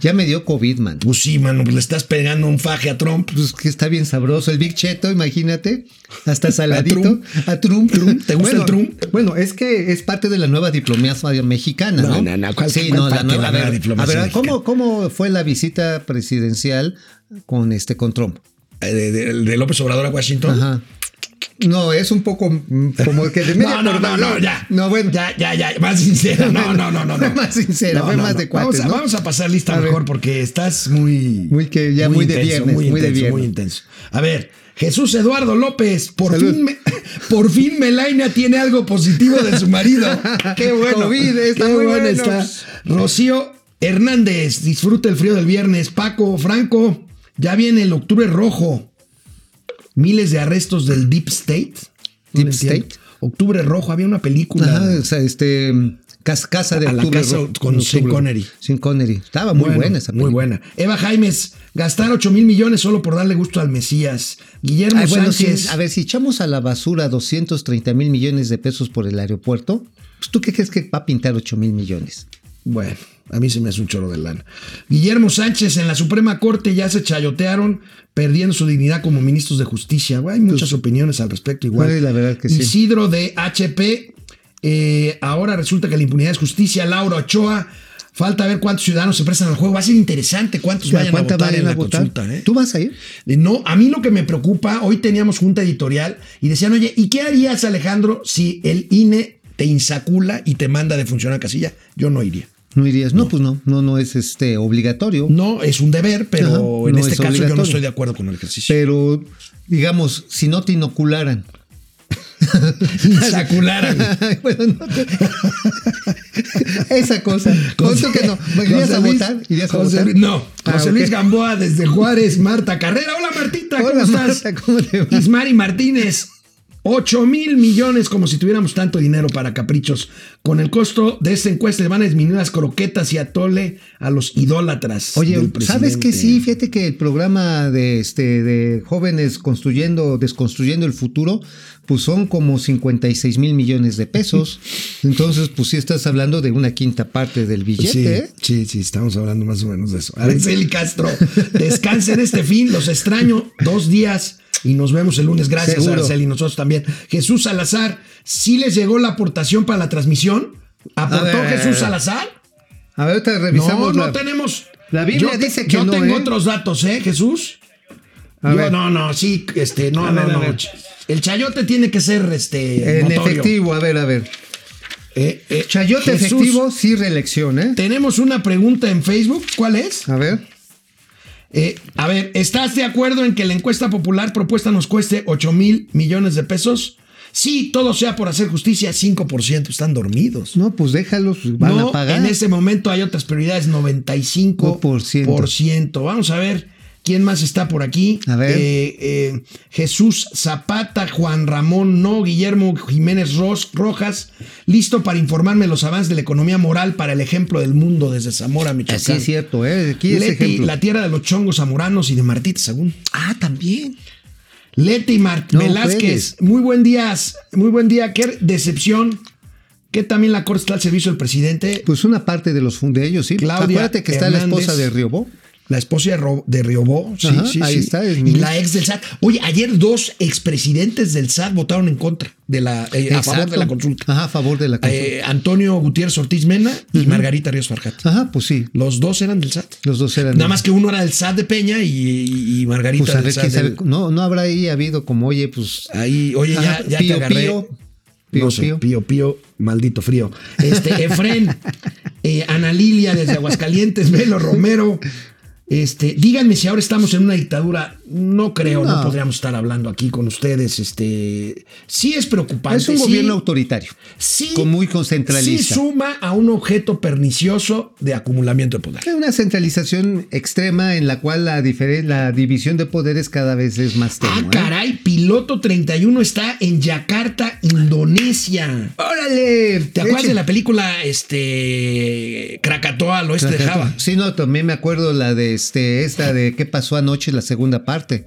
Ya me dio COVID, man. Pues sí, mano, pues le estás pegando un faje a Trump. Pues que está bien sabroso. El Big Cheto, imagínate. Hasta saladito. a Trump. Trump, ¿te gusta bueno, el Trump? Bueno, es que es parte de la nueva diplomacia mexicana, ¿no? No, no, no, ¿cuál- sí, cuál no, la parte de nueva. la A nueva ver, diplomacia a ver, ¿cómo, mexicana? ¿cómo fue la visita presidencial con este con Trump? Eh, De, de- de López Obrador a Washington. Ajá. No, es un poco mm, como que de media No, no, no, cordón, no, ya. No, bueno, Ya, ya, ya, más sincera. No, no, no, no. no. Más sincera, fue más de cuates, Vamos a, ¿no? vamos a pasar lista A ver. mejor porque estás muy. Muy que ya muy de viernes, muy de intenso, viernes. muy intenso. A ver, Jesús Eduardo López, por Salud. fin, me- por fin Melaina tiene algo positivo de su marido. Qué bueno. COVID, está muy buena bueno. Rocío Hernández, disfruta el frío del viernes. Paco, Franco, ya viene el octubre rojo. Miles de arrestos del Deep State. No Deep lo entiendo. State. Octubre rojo, había una película. ajá, o sea, este Casa, casa de A la Octubre casa Rojo. con Sean Octubre. Connery. Sean Connery. Estaba muy Bueno, buena esa película. Muy buena. Eva Jaimes, gastar 8 mil millones solo por darle gusto al Mesías. Guillermo Ay, bueno, Sánchez. si- a ver, si echamos a la basura 230 mil millones de pesos por el aeropuerto, pues ¿tú qué crees que va a pintar 8 mil millones? Bueno, a mí se me hace un chorro de lana. Guillermo Sánchez, en la Suprema Corte ya se chayotearon, perdiendo su dignidad como ministros de justicia. Güey, hay muchas opiniones al respecto igual. Ay, Pues, la verdad que sí. Isidro de HP, eh, ahora resulta que la impunidad es justicia. Laura Ochoa, falta ver cuántos ciudadanos se prestan al juego. Va a ser interesante cuántos Pues vayan a ¿Cuánta votar vayan en a la votar? consulta, ¿eh? ¿Tú vas a ir? Eh, No, a mí lo que me preocupa, hoy teníamos junta editorial y decían, oye, ¿y qué harías, Alejandro, si el INE te insacula y te manda de funcionar casilla? Yo no iría. No irías. No, pues no, no, no es este obligatorio. No, es un deber, pero Ajá, en no este es caso yo no obligatorio. estoy de acuerdo con el ejercicio. Pero, digamos, si no te inocularan. Insacularan. bueno, no te- Esa cosa. Consto que no. ¿Irías José a Luis- votar? ¿Irías a José votar? Luis- No, Ah, José ok. Luis Gamboa desde Juárez, Marta Carrera. Hola Martita, ¿cómo Hola, estás? Marta, ¿cómo te va? Ismari Martínez. 8 mil millones, como si tuviéramos tanto dinero para caprichos. Con el costo de esta encuesta le van a disminuir las croquetas y atole a los idólatras. Oye, del ¿sabes presidente. que sí? Fíjate que el programa de este de jóvenes construyendo, desconstruyendo el futuro, pues son como 56 mil millones de pesos. Entonces, pues sí estás hablando de una quinta parte del billete. Pues Sí, ¿eh? sí, sí, estamos hablando más o menos de eso. Araceli Castro, descansen este fin, los extraño dos días y nos vemos el lunes. Gracias, Seguro. Araceli, nosotros también. Jesús Salazar, ¿sí les llegó la aportación para la transmisión? ¿Aportó A ver. Jesús Salazar? A ver, ahorita No, revisamos. no la- tenemos. La Biblia yo te- dice que yo no, tengo ¿eh? otros datos, ¿eh, Jesús? A Yo- ver. no, no, sí, este, no, A no, ver, a no. ver. ch- El chayote tiene que ser este. en notorio. efectivo, a ver, a ver. Eh, eh, Chayote Jesús, efectivo, sí reelección, ¿eh? Tenemos una pregunta en Facebook. ¿Cuál es? A ver. Eh, a ver, ¿estás de acuerdo en que la encuesta popular propuesta nos cueste 8 mil millones de pesos? Sí, todo sea por hacer justicia, 5% están dormidos. No, pues déjalos, van no, a pagar. en este momento hay otras prioridades, 95%. Vamos a ver quién más está por aquí. A ver. Eh, eh, Jesús Zapata, Juan Ramón No, Guillermo Jiménez Ros- Rojas, listo para informarme los avances de la economía moral para el ejemplo del mundo desde Zamora, Michoacán. Así es cierto, ¿eh? Aquí es Leti, ejemplo. la tierra de los chongos zamoranos y de Martita Sagún. Ah, también. Leti Mar No Velázquez, juegues. muy buen día, muy buen día, qué decepción. Que también la corte está al servicio del presidente, Pues una parte de los fund- de ellos, sí. Claudia Acuérdate que está la Hernández. esposa de Riobó. la esposa de, Ro- de Riobó, sí, Ajá, sí, ahí sí. está, es y ministro. la ex del SAT. Oye, ayer dos expresidentes del SAT votaron en contra de la eh, a favor Exacto. de la consulta. Ajá, a favor de la consulta. Eh, Antonio Gutiérrez Ortiz Mena y Margarita Ríos Farjat. Ajá, pues sí. Los dos eran del SAT. Los dos eran. Nada más que uno era del SAT de Peña y, y- y Margarita Pues a del ver, SAT quién sabe, del- No, no habrá ahí habido como, oye, pues. Ahí, oye, ya, ajá, ya pío, te agarré. pío. Pío, no sé, pío. pío, pío, maldito frío. Este, Efren, eh, Ana Lilia desde Aguascalientes, Velo Romero. Este, díganme si ahora estamos en una dictadura. No creo, no, No. podríamos estar hablando aquí con ustedes. Este, sí es preocupante. Es un sí, gobierno autoritario. sí, con muy concentralista. Sí suma a un objeto pernicioso de acumulamiento de poder. Es Una centralización extrema en la cual la, diferen- la división de poderes cada vez es más tenue. Ah, ¿eh? caray, piloto 31 está en Yakarta, Indonesia. ¡Órale! ¿Te acuerdas Eche. de la película este Krakatoa al oeste de Java? Sí, no, también me acuerdo la de este, esta de qué pasó anoche, la segunda parte.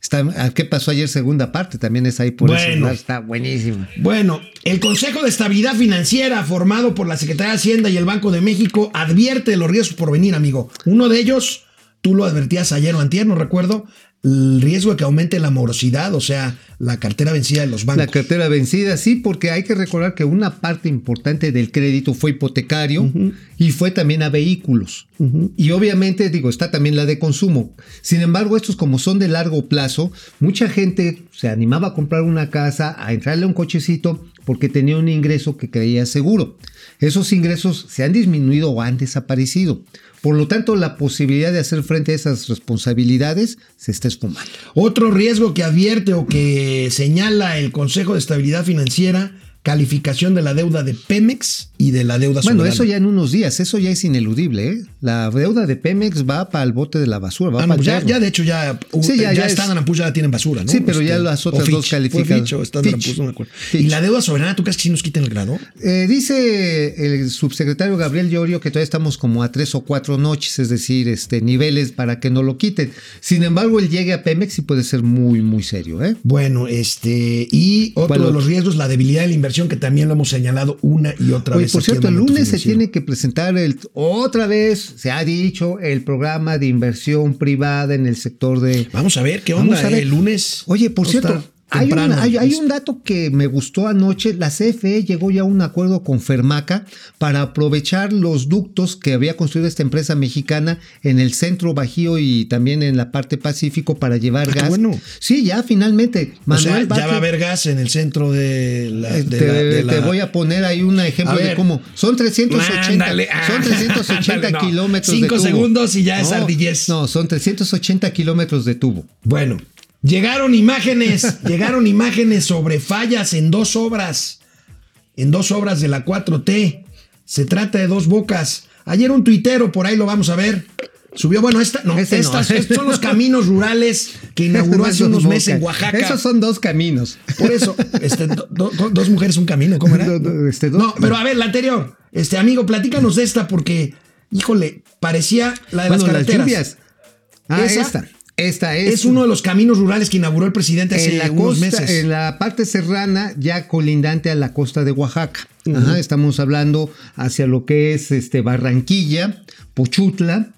Está, ¿Qué pasó ayer? Segunda parte, también es ahí por Bueno. ese lugar, Está buenísimo. Bueno, el Consejo de Estabilidad Financiera, formado por la Secretaría de Hacienda y el Banco de México, advierte de los riesgos por venir, amigo. Uno de ellos, tú lo advertías ayer o antier, no recuerdo, el riesgo de que aumente la morosidad, o sea, la cartera vencida de los bancos. La cartera vencida, sí, porque hay que recordar que una parte importante del crédito fue hipotecario y fue también a vehículos. Y obviamente, digo, está también la de consumo. Sin embargo, estos como son de largo plazo, mucha gente se animaba a comprar una casa, a entrarle a un cochecito, porque tenía un ingreso que creía seguro. Esos ingresos se han disminuido o han desaparecido. Por lo tanto, la posibilidad de hacer frente a esas responsabilidades se está esfumando. Otro riesgo que advierte o que señala el Consejo de Estabilidad Financiera, calificación de la deuda de Pemex y de la deuda Bueno, soberana. eso ya en unos días, eso ya es ineludible. ¿eh? La deuda de Pemex va para el bote de la basura, va Ah, no, para pues ya, ya, de de hecho ya, u- Sí, ya- ya, ya es- Standard Poor's ya tienen basura, ¿no? Este, Sí, pero ya las o otras dos Fitch, calificadas. fue Fitch o Standard Fitch. Poor's, no me acuerdo. Fitch. Y la deuda soberana, ¿tú crees que sí nos quiten el grado? Eh, dice el subsecretario Gabriel Llorio que todavía estamos como a tres o cuatro noches, es decir, este niveles para que no lo quiten. Sin embargo, él llegue a Pemex y puede ser muy, muy serio. ¿eh? Bueno, este, y otro ¿Cuál de otro? los riesgos, la debilidad de la inversión, que también lo hemos señalado una y otra Oye, vez. por aquí en cierto, el Momento lunes se Financiero. tiene que presentar el, otra vez, se ha dicho, el programa de inversión privada en el sector de... Vamos a ver qué Vamos onda a ver. eh, el lunes. Oye, por No cierto, está hay, un- temprano, hay- hay es- un dato que me gustó anoche. La CFE llegó ya a un acuerdo con Fermaca para aprovechar los ductos que había construido esta empresa mexicana en el centro Bajío y también en la parte Pacífico para llevar Ah, qué gas. bueno. Sí, ya finalmente. O sea, Manuel ya va a Vázquez, haber gas en el centro de la. eh, de te, la- de te la- voy a poner ahí un ejemplo A de ver. cómo son 380, Ándale, son ándale, 380 no. kilómetros de Cinco tubo. segundos y ya es ardillez. No, son 380 kilómetros de tubo. Bueno, llegaron imágenes, llegaron imágenes sobre fallas en dos obras, en dos obras de la 4T. Se trata de dos bocas. Ayer un tuitero, por ahí lo vamos a ver. Subió, bueno, esta, no, Ese no. estas estos son los caminos rurales que inauguró hace unos meses en Oaxaca. Esos son dos caminos. Por eso, este, do- do- dos mujeres un camino, ¿cómo era? Do- do- este, do- no, pero a ver, la anterior. Este, amigo, platícanos de esta porque, híjole, parecía la de Bueno, las las carreteras. lluvias. Ah, Esa esta. Esta es, es uno de los caminos rurales que inauguró el presidente hace en la unos costa, meses. en la parte serrana, ya colindante a la costa de Oaxaca. Ajá, estamos hablando hacia lo que es este Barranquilla, Pochutla.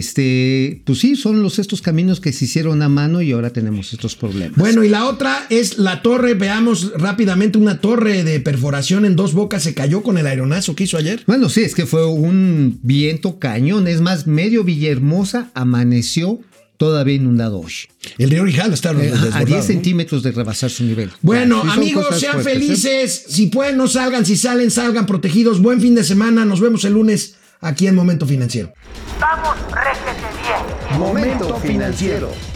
Este, pues sí, son los estos caminos que se hicieron a mano y ahora tenemos estos problemas. Bueno, y la otra es la torre. Veamos rápidamente una torre de perforación en dos bocas. Se cayó con el aeronazo que hizo ayer. Bueno, sí, es que fue un viento cañón. Es más, medio Villahermosa amaneció todavía inundado hoy. El río Rijal está Eh, desbordado, a 10 ¿no? centímetros de rebasar su nivel. Bueno, Sí son amigos, cosas sean fuertes, ¿eh? felices. Si pueden, no salgan. Si salen, salgan protegidos. Buen fin de semana. Nos vemos el lunes aquí en Momento Financiero. Vamos, réjete bien. Momento financiero.